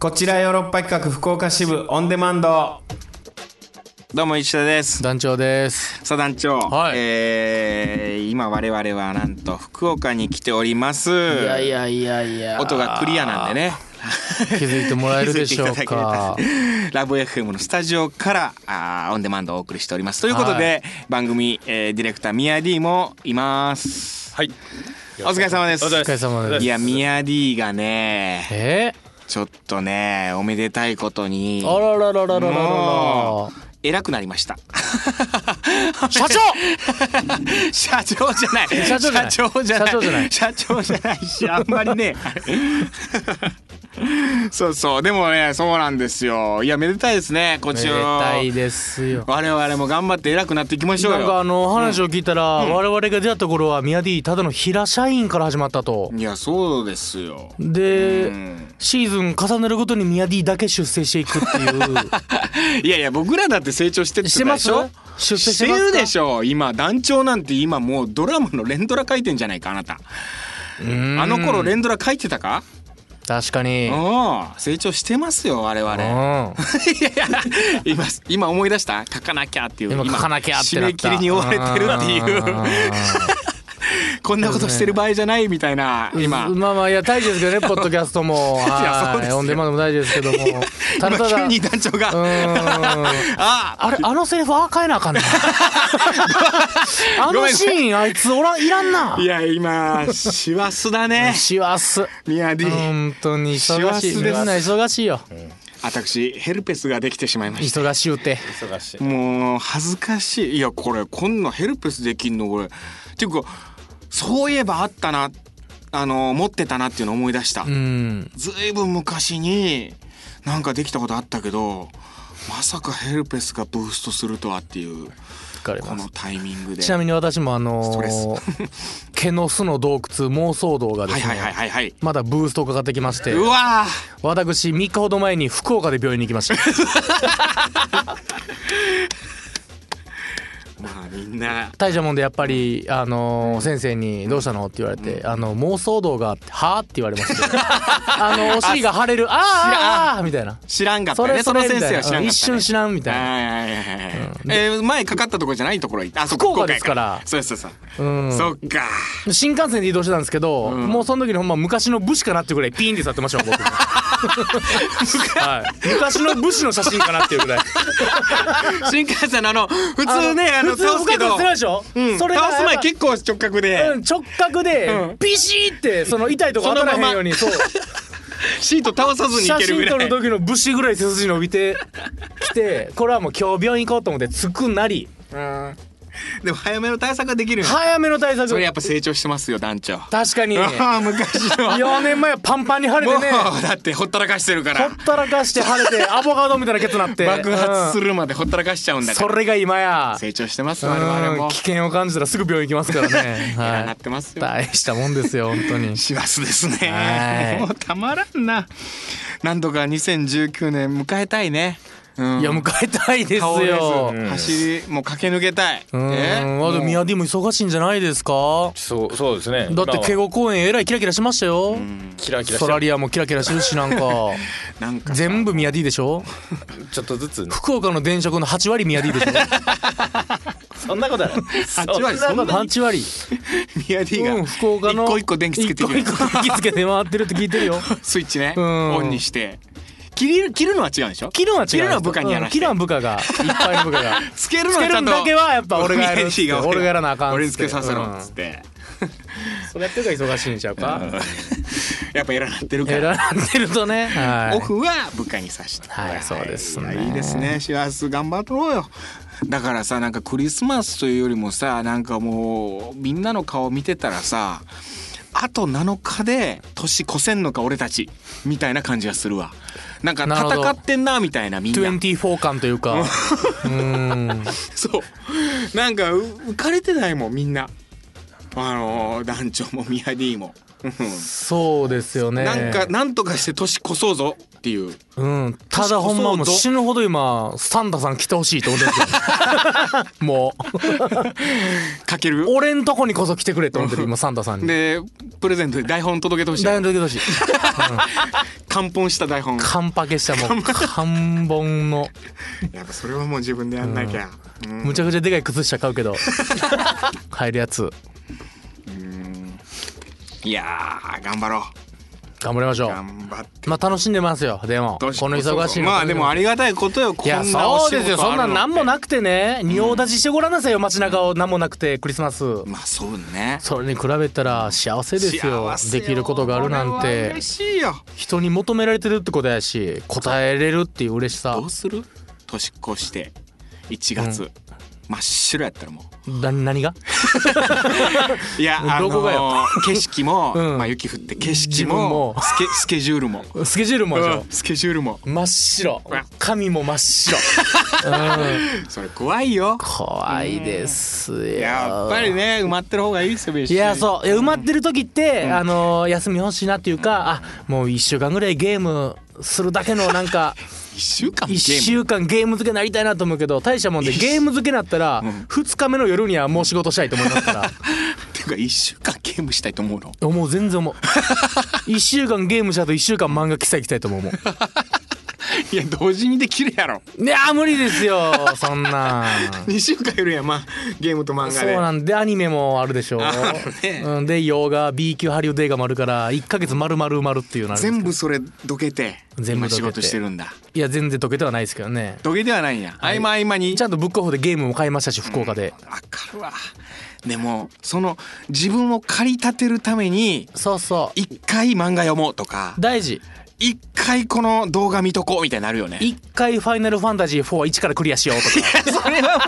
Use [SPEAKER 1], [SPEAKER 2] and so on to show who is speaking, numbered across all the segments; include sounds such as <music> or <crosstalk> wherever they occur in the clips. [SPEAKER 1] こちらヨーロッパ企画福岡支部オンデマンドどうも石田です
[SPEAKER 2] 団長です。
[SPEAKER 1] 佐団長、
[SPEAKER 2] はい
[SPEAKER 1] えー今我々はなんと福岡に来ております
[SPEAKER 2] いやいやいやいや。
[SPEAKER 1] 音がクリアなんで。ね
[SPEAKER 2] 気づいてもらえるでしょう
[SPEAKER 1] 気づいていただ
[SPEAKER 2] か
[SPEAKER 1] け。れ <laughs> たラブ FM のスタジオからあーオンデマンドをお送りしておりますということで、番組、えーディレクターミヤ D もいます
[SPEAKER 3] はい。
[SPEAKER 1] お疲れ様です
[SPEAKER 3] お疲
[SPEAKER 2] お疲れ様です
[SPEAKER 1] いやミヤ D がね
[SPEAKER 2] え
[SPEAKER 1] ちょっとねおめでたいことに
[SPEAKER 2] ー、あららららららら
[SPEAKER 1] も
[SPEAKER 2] ら。
[SPEAKER 1] う偉くなりました
[SPEAKER 2] 社長。
[SPEAKER 1] <laughs> 社長じゃない
[SPEAKER 2] 社長じゃない
[SPEAKER 1] 社長じゃない
[SPEAKER 2] 社長じゃない
[SPEAKER 1] 社長じゃないしあんまりね <laughs> そうそうでもねそうなんですよいやめでたいですねこ
[SPEAKER 2] め
[SPEAKER 1] ち
[SPEAKER 2] で
[SPEAKER 1] ら
[SPEAKER 2] たいですよ。
[SPEAKER 1] 我々も頑張って偉くなっていきましょう
[SPEAKER 2] な
[SPEAKER 1] ん
[SPEAKER 2] か
[SPEAKER 1] よ
[SPEAKER 2] あの話を聞いたら、我々が出会った頃はミヤディただの平社員から始まったと。
[SPEAKER 1] いやそうですよ
[SPEAKER 2] で、
[SPEAKER 1] うん
[SPEAKER 2] シーズン重ねるごとにミヤディだけ出世していくっ
[SPEAKER 1] <laughs>
[SPEAKER 2] ていう。
[SPEAKER 1] いやいや僕らだって成長してって
[SPEAKER 2] してます
[SPEAKER 1] でょ
[SPEAKER 2] 出世し
[SPEAKER 1] して
[SPEAKER 2] てますか
[SPEAKER 1] るでしょ今団長なんて今もうドラマの連ドラ書いてんじゃないかあなたあ
[SPEAKER 2] あ
[SPEAKER 1] の頃連ドラ書いてたか
[SPEAKER 2] 確かに。うん。
[SPEAKER 1] うん成長してますよ我々 <laughs> いや今今思い出した書かなきゃっていう
[SPEAKER 2] 今書かなきゃって
[SPEAKER 1] 今
[SPEAKER 2] なっ
[SPEAKER 1] 締め
[SPEAKER 2] た。
[SPEAKER 1] 切りに追われてるって
[SPEAKER 2] んん
[SPEAKER 1] いう
[SPEAKER 2] んん
[SPEAKER 1] <laughs> こんなことしてる場合じゃないみたいな今
[SPEAKER 2] まあまあいや大事ですけ
[SPEAKER 1] <laughs>
[SPEAKER 2] どねポッドキャストも
[SPEAKER 1] そう
[SPEAKER 2] は
[SPEAKER 1] です
[SPEAKER 2] い
[SPEAKER 1] よ
[SPEAKER 2] オンデマンドも大事ですけどもただ
[SPEAKER 1] 今
[SPEAKER 2] ただ
[SPEAKER 1] 急
[SPEAKER 2] う
[SPEAKER 1] に団長が
[SPEAKER 2] ーん
[SPEAKER 1] あ
[SPEAKER 2] あれあのセリフあ変えな
[SPEAKER 1] <laughs>
[SPEAKER 2] あかんねあのシーンあいつおらんいらんない
[SPEAKER 1] や今師走だね
[SPEAKER 2] 師走
[SPEAKER 1] 宮地
[SPEAKER 2] 本当に忙しい
[SPEAKER 1] 師走
[SPEAKER 2] みん
[SPEAKER 1] です
[SPEAKER 2] な忙しいよ
[SPEAKER 1] 私ヘルペスができてしまいました
[SPEAKER 2] 忙しいよって
[SPEAKER 3] 忙しい。
[SPEAKER 1] もう恥ずかしいいやこれこんなヘルペスできんのこれっていうかそういえばあったなあの持ってたなっていうのを思い出した、
[SPEAKER 2] うん
[SPEAKER 1] ずいぶん昔になんかできたことあったけどまさかヘルペスがブーストするとはっていう
[SPEAKER 2] わかり
[SPEAKER 1] こ
[SPEAKER 2] ま
[SPEAKER 1] の
[SPEAKER 2] す
[SPEAKER 1] タイミングで
[SPEAKER 2] ちなみに私もあ
[SPEAKER 1] スト
[SPEAKER 2] の
[SPEAKER 1] レス
[SPEAKER 2] ー毛の巣の洞窟妄想洞がで
[SPEAKER 1] はい
[SPEAKER 2] す
[SPEAKER 1] はいはい
[SPEAKER 2] ね
[SPEAKER 1] はいはい
[SPEAKER 2] まだブーストかかってきまして
[SPEAKER 1] うわ
[SPEAKER 2] 私3日ほど前に福岡で病院に行きました
[SPEAKER 1] ーまあみんな
[SPEAKER 2] 大したもんでやっぱり、あのー先生に「どうしたの?」って言われて「あの妄想道があってはあ?」って <laughs> 言われましたけどあのお尻が腫れる「あーあーあー」みたいな
[SPEAKER 1] 知らんかった
[SPEAKER 2] そ
[SPEAKER 1] ね
[SPEAKER 2] れ
[SPEAKER 1] そ
[SPEAKER 2] それ
[SPEAKER 1] の先生は知らんかった、ね、
[SPEAKER 2] 一瞬知らんみたいな
[SPEAKER 1] はいはいはいはいえー前かかったとこじゃないところ行ったあそっ
[SPEAKER 2] 福岡ですから
[SPEAKER 1] そうそうそう
[SPEAKER 2] うん
[SPEAKER 1] そっか
[SPEAKER 2] 新幹線で移動してたんですけど、
[SPEAKER 1] ん
[SPEAKER 2] もうその時にほんま昔の武士かなってぐらいピーンって座ってましたもん
[SPEAKER 1] <laughs>
[SPEAKER 2] 僕も、はい、昔の武士の写真かなっていう
[SPEAKER 1] <laughs>
[SPEAKER 2] ぐらい
[SPEAKER 1] 新幹線のあの普通ねあの
[SPEAKER 2] 普通
[SPEAKER 1] 倒すけ
[SPEAKER 2] 深く
[SPEAKER 1] ど
[SPEAKER 2] してないでしょ、
[SPEAKER 1] うん
[SPEAKER 2] それが
[SPEAKER 1] 倒す前
[SPEAKER 2] やっぱ
[SPEAKER 1] 結構直角
[SPEAKER 2] う
[SPEAKER 1] で
[SPEAKER 2] ん直角
[SPEAKER 1] うん
[SPEAKER 2] でビシーってその痛いとこ当たらへんようにそう
[SPEAKER 1] シート倒さずにい
[SPEAKER 2] 写
[SPEAKER 1] けるぐ
[SPEAKER 2] 真
[SPEAKER 1] ら
[SPEAKER 2] 撮
[SPEAKER 1] い
[SPEAKER 2] る時の武士ぐらい背筋伸びてきてこれはもう今日病院行こうと思ってつくなり
[SPEAKER 1] うん <laughs> でも早めの対策ができるよ
[SPEAKER 2] 早めの対策
[SPEAKER 1] それやっぱ成長してますよ団長
[SPEAKER 2] 確かに
[SPEAKER 1] ああ昔の <laughs> はも
[SPEAKER 2] 4年前はパンパンに腫れてね
[SPEAKER 1] うだってほったらかしてるか
[SPEAKER 2] ほ
[SPEAKER 1] ら
[SPEAKER 2] ったらかして腫れてアボカドみたいなケツなって
[SPEAKER 1] 爆発す
[SPEAKER 2] る、
[SPEAKER 1] るまでほったらかしちゃうん
[SPEAKER 2] う
[SPEAKER 1] だ
[SPEAKER 2] ん
[SPEAKER 1] か
[SPEAKER 2] そ
[SPEAKER 1] ら
[SPEAKER 2] れが今や
[SPEAKER 1] 成長してます
[SPEAKER 2] う
[SPEAKER 1] よ我々
[SPEAKER 2] ん
[SPEAKER 1] も
[SPEAKER 2] 危険を感じたらすぐ病院行きますからね、
[SPEAKER 1] 偉な
[SPEAKER 2] は
[SPEAKER 1] ってます
[SPEAKER 2] い、
[SPEAKER 1] よ
[SPEAKER 2] 大したもんですよ本当に
[SPEAKER 1] 師走です
[SPEAKER 2] は
[SPEAKER 1] ね
[SPEAKER 2] い
[SPEAKER 1] <laughs> もうたまらんななんとか2019年迎えたいねうん
[SPEAKER 2] いや迎えたいです
[SPEAKER 1] 倒れず
[SPEAKER 2] よ、
[SPEAKER 1] うん走りもう駆け抜けたい
[SPEAKER 2] うん
[SPEAKER 1] え
[SPEAKER 2] あとミヤディも忙しいんじゃないですか
[SPEAKER 3] そうそうですね。
[SPEAKER 2] だって
[SPEAKER 3] 結
[SPEAKER 2] 敬
[SPEAKER 3] 構
[SPEAKER 2] 語公演えらいキラキラしましたよ、
[SPEAKER 3] キラキラし
[SPEAKER 2] ソラ
[SPEAKER 3] てる。
[SPEAKER 2] リアもキラキラしてるしなん <laughs> か
[SPEAKER 1] なんか
[SPEAKER 2] 全部宮 D でしょ
[SPEAKER 3] ちょっとずつ。
[SPEAKER 2] 福岡の電飾の8割宮 D で <laughs> しょ
[SPEAKER 3] そんな
[SPEAKER 1] <laughs>
[SPEAKER 3] ことない。8
[SPEAKER 1] 8割そんな
[SPEAKER 2] 8割
[SPEAKER 1] ミヤディ
[SPEAKER 2] う
[SPEAKER 1] が
[SPEAKER 2] ん福岡の
[SPEAKER 1] 一個一個電気つけてくる
[SPEAKER 2] 一個一個電気つけて回ってるって聞いて <laughs> るよ
[SPEAKER 1] <laughs> スイッチね
[SPEAKER 2] うん
[SPEAKER 1] オンにして切る切るのは違うんでしょ
[SPEAKER 2] キルンは違う
[SPEAKER 1] 切るのは部下にやら
[SPEAKER 2] うん
[SPEAKER 1] せ
[SPEAKER 2] キ
[SPEAKER 1] て
[SPEAKER 2] ルンは部下がいっぱいの部下が
[SPEAKER 1] つけるの
[SPEAKER 2] つ
[SPEAKER 1] は
[SPEAKER 2] け
[SPEAKER 1] ちゃ
[SPEAKER 2] る
[SPEAKER 1] ん
[SPEAKER 2] ん
[SPEAKER 1] と
[SPEAKER 2] だけはやっぱ俺がやるっ
[SPEAKER 1] <laughs>
[SPEAKER 2] つっ
[SPEAKER 1] ミ
[SPEAKER 2] て
[SPEAKER 1] ヤディ
[SPEAKER 2] 俺がやらなあかんっつって
[SPEAKER 1] 俺につけさせろっつって、
[SPEAKER 2] <laughs> うん <laughs> それやってるから忙しいんちゃうか
[SPEAKER 1] やっぱ偉なってるか
[SPEAKER 2] 選
[SPEAKER 1] ら
[SPEAKER 2] んでるとねは
[SPEAKER 1] オ
[SPEAKER 2] い
[SPEAKER 1] フは部下にさして
[SPEAKER 2] はいそうですね
[SPEAKER 1] いやいいですね幸せ頑張ろうよだからさなんかクリスマスというよりもさなんかもうみんなの顔見てたらさあと7日で年越せんのか俺たちみたいな感じがするわなんか
[SPEAKER 2] なるほど
[SPEAKER 1] 戦ってんなみたいなみんな
[SPEAKER 2] 24感というかうーん
[SPEAKER 1] そうなんかう浮かれてないもんみんなあのー団長もミヤディも、うん
[SPEAKER 2] そうですよね
[SPEAKER 1] なんかなんとかして年越そうぞっていう
[SPEAKER 2] うん、ただほんまもう死ぬほど今サンタさん来てほしいと思ってる <laughs> も
[SPEAKER 1] かける
[SPEAKER 2] う俺んとこにこそ来てくれと思ってる今サンタさんに
[SPEAKER 1] でプレゼントで台本届けてほしい
[SPEAKER 2] 大変だけどしい
[SPEAKER 1] 完本した台本
[SPEAKER 2] カンパケしたもう半本の
[SPEAKER 1] やっぱそれはもう自分でやんなきゃ、うん
[SPEAKER 2] むちゃくちゃでかい靴下買うけど買えるやつ
[SPEAKER 1] いやー頑張ろう
[SPEAKER 2] 頑張りましょう
[SPEAKER 1] 頑張って
[SPEAKER 2] まあ楽しんでますよでもこ
[SPEAKER 1] ど
[SPEAKER 2] の
[SPEAKER 1] うし
[SPEAKER 2] 忙しいの
[SPEAKER 1] まあでもありがたいことよこ
[SPEAKER 2] い
[SPEAKER 1] んな
[SPEAKER 2] やそうですよそんなんなんも
[SPEAKER 1] く
[SPEAKER 2] なくてね仁王立ちしてごらんなさいよ街中をなんもなくてクリスマス
[SPEAKER 1] まあそうね
[SPEAKER 2] それに比べたら幸せですよ
[SPEAKER 1] 幸せ
[SPEAKER 2] できることがあるなん
[SPEAKER 1] これは
[SPEAKER 2] て
[SPEAKER 1] 嬉しいよ
[SPEAKER 2] 人に求められてるってことやし答えれるっていう嬉しさ
[SPEAKER 1] どうする年越して1月、真っ白やったらも
[SPEAKER 2] な何が
[SPEAKER 1] ういやあの
[SPEAKER 2] どこがよ
[SPEAKER 1] ー景色も、
[SPEAKER 2] <laughs> うん
[SPEAKER 1] まあ雪降って景
[SPEAKER 2] 自
[SPEAKER 1] 色
[SPEAKER 2] 分
[SPEAKER 1] も
[SPEAKER 2] も
[SPEAKER 1] スケスケジュールも、
[SPEAKER 2] スケジュールもでしょ
[SPEAKER 1] スケジュールも
[SPEAKER 2] 真っ白
[SPEAKER 1] わ
[SPEAKER 2] 髪も真っ白
[SPEAKER 1] それ怖いよ
[SPEAKER 2] 怖いですよ
[SPEAKER 1] やっぱりね埋まってる方がいいですよ
[SPEAKER 2] いや
[SPEAKER 1] う
[SPEAKER 2] そういや埋まってる時って、あのー休み欲しいなっていうか、あもう1週間ぐらいゲームするだけのなん
[SPEAKER 1] <laughs>
[SPEAKER 2] か
[SPEAKER 1] 1週間も
[SPEAKER 2] 1
[SPEAKER 1] ゲーム
[SPEAKER 2] 週間ゲーム付けなりたいなと思うけど大したもんでゲーム付けなったら2日目の夜にはもう仕事したいと思いますから
[SPEAKER 1] <laughs> っていうか1週間ゲームしたいと思うの
[SPEAKER 2] 思う全然思う1週間ゲームした後1週間漫画記載行きたいと思う
[SPEAKER 1] <laughs>
[SPEAKER 2] もう
[SPEAKER 1] いや同時にできるやろ
[SPEAKER 2] いやー無理ですよそんな
[SPEAKER 1] 2週間よりやまあゲームと漫画
[SPEAKER 2] そう
[SPEAKER 1] で
[SPEAKER 2] なんでアニメもあるでしょ
[SPEAKER 1] あるね
[SPEAKER 2] うん、で洋画 B 級ハリウッド映画もあるから1ヶ月丸々埋まるっていうのあるんですけど
[SPEAKER 1] 全部それどけて
[SPEAKER 2] 全部
[SPEAKER 1] 今
[SPEAKER 2] どけて
[SPEAKER 1] 仕事してるんだ
[SPEAKER 2] いや全然解けてはないですけどね
[SPEAKER 1] どけではないんや合間合間に
[SPEAKER 2] ちゃんとブックオフでゲームも買いましたし福岡で、
[SPEAKER 1] わかるわでもその自分を駆り立てるために
[SPEAKER 2] そうそう
[SPEAKER 1] 一回漫画読もうとか
[SPEAKER 2] 大事
[SPEAKER 1] 一回この動画見とこうみたいになるよね
[SPEAKER 2] 一回「ファイナルファンタジー4」は1からクリアしようとか
[SPEAKER 1] それは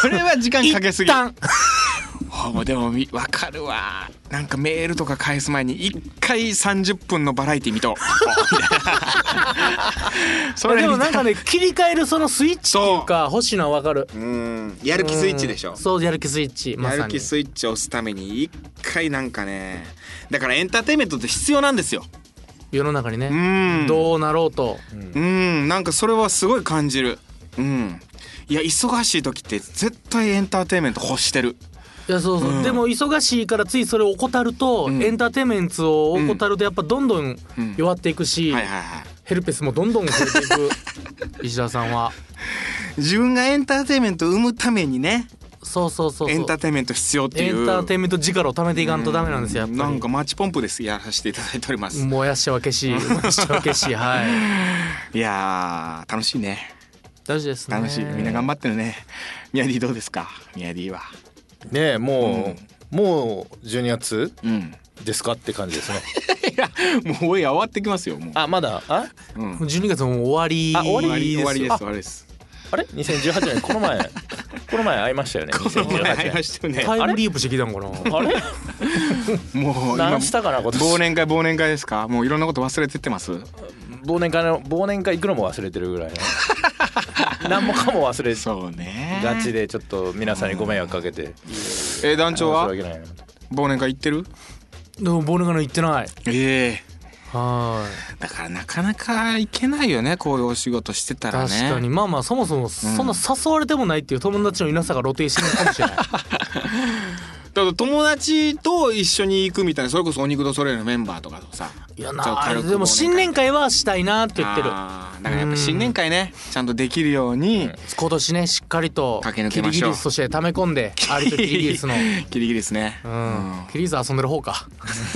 [SPEAKER 1] それ <laughs> は時間かけす
[SPEAKER 2] 一
[SPEAKER 1] ぎ
[SPEAKER 2] 旦
[SPEAKER 1] ほうでもみわかるわなんかメールとか返す前に一回30分のバラエティ見
[SPEAKER 2] <laughs>
[SPEAKER 1] とこうみたいなそ
[SPEAKER 2] で
[SPEAKER 1] れ
[SPEAKER 2] も
[SPEAKER 1] みた
[SPEAKER 2] ないん
[SPEAKER 1] な
[SPEAKER 2] かね切り替えるそのスイッチっていうか欲しいのは分かる
[SPEAKER 1] うんやる気スイッチでしょ
[SPEAKER 2] うんそうやる気スイッチ
[SPEAKER 1] や
[SPEAKER 2] まさ
[SPEAKER 1] る
[SPEAKER 2] に
[SPEAKER 1] 気スイッチを押すために一回なんかねだからエンターテインメントって必要なんですよ
[SPEAKER 2] 世の中に
[SPEAKER 1] う
[SPEAKER 2] ね
[SPEAKER 1] ん
[SPEAKER 2] どうなろうと
[SPEAKER 1] うんなんかそれはすごい感じるうんいや忙しい時って絶対エンターテインメント欲してる
[SPEAKER 2] いやそうそう、
[SPEAKER 1] うん
[SPEAKER 2] でも忙しいからついそれを怠ると、
[SPEAKER 1] ん
[SPEAKER 2] エンターテインメントを怠るとやっぱどんどん
[SPEAKER 1] ん
[SPEAKER 2] 弱っていくし、
[SPEAKER 1] はいはいはい
[SPEAKER 2] ヘルペスもどんどん増えていく <laughs> 石田さんは
[SPEAKER 1] 自分がエンターテインメントを生むためにね
[SPEAKER 2] そうそうそうそ
[SPEAKER 1] エ
[SPEAKER 2] う
[SPEAKER 1] ンターテインメント必要ってい
[SPEAKER 2] エ
[SPEAKER 1] う
[SPEAKER 2] ンターテインメント力を貯めていかんとダメなんですよやっぱり
[SPEAKER 1] なんかマッチポンプですやらせていただいております、
[SPEAKER 2] もやしは消しもやしは
[SPEAKER 1] <laughs>
[SPEAKER 2] 消しはい
[SPEAKER 1] いやー楽しいね
[SPEAKER 2] 大事ですね
[SPEAKER 1] 楽しいみんな頑張ってるねミヤディどうですかミヤディは
[SPEAKER 3] ねえもう、もう12月
[SPEAKER 1] うん
[SPEAKER 3] ですかって感じ
[SPEAKER 1] <laughs>
[SPEAKER 3] ですね
[SPEAKER 1] もうおい終わってきますよもう
[SPEAKER 3] あまだあ
[SPEAKER 1] うん
[SPEAKER 2] 12月も終わり
[SPEAKER 3] あ終
[SPEAKER 1] 終
[SPEAKER 3] わ
[SPEAKER 1] わ
[SPEAKER 3] り
[SPEAKER 1] り
[SPEAKER 3] です
[SPEAKER 1] 終わりです
[SPEAKER 3] あ
[SPEAKER 1] 終わりです。
[SPEAKER 3] あれ2018年この前この前会いましたよね
[SPEAKER 1] 会いま
[SPEAKER 3] 2018
[SPEAKER 1] したよね。
[SPEAKER 2] タイムリープしてき
[SPEAKER 1] <laughs>
[SPEAKER 2] たんかな
[SPEAKER 3] 年あれ
[SPEAKER 1] もう今
[SPEAKER 3] 何したかな今年
[SPEAKER 1] 忘年会忘年会ですか。もういろんなこと忘れてってます。
[SPEAKER 3] 忘年会の忘年会行くのも忘れてるぐらい
[SPEAKER 1] <laughs>
[SPEAKER 3] の何もかも忘れ
[SPEAKER 1] そうね。
[SPEAKER 3] がちでちょっと皆さんにご迷惑かけて
[SPEAKER 1] えー団長は
[SPEAKER 3] 申し訳ないなと
[SPEAKER 1] 忘年会行ってる？
[SPEAKER 2] でも忘年会の行ってない
[SPEAKER 1] ええ
[SPEAKER 2] は
[SPEAKER 1] だからなかなか行けないよね。こういうお仕事してた
[SPEAKER 2] い
[SPEAKER 1] らね。
[SPEAKER 2] 確かに。まあまあそもそもそんな誘われてもないっていう友達のいなさが露呈してるかもしれない
[SPEAKER 1] だから友達と一緒に行くみたいな。それこそお肉とそれのメンバーとかとさ。
[SPEAKER 2] いや
[SPEAKER 1] ちょっと
[SPEAKER 2] な
[SPEAKER 1] 軽く忘
[SPEAKER 2] でも新年
[SPEAKER 1] 会
[SPEAKER 2] 会はしたいなって言ってる
[SPEAKER 1] あーだからやっぱ新年会ね、ちゃんとできるように。
[SPEAKER 2] 今年ねしっかりとキ
[SPEAKER 1] 駆
[SPEAKER 2] リ
[SPEAKER 1] け抜けま
[SPEAKER 2] ギ
[SPEAKER 1] しょう
[SPEAKER 2] リスとして溜め込んであれとキリギリスのう
[SPEAKER 1] <laughs> ギリギリですね。
[SPEAKER 2] んキリギリス遊んでる方か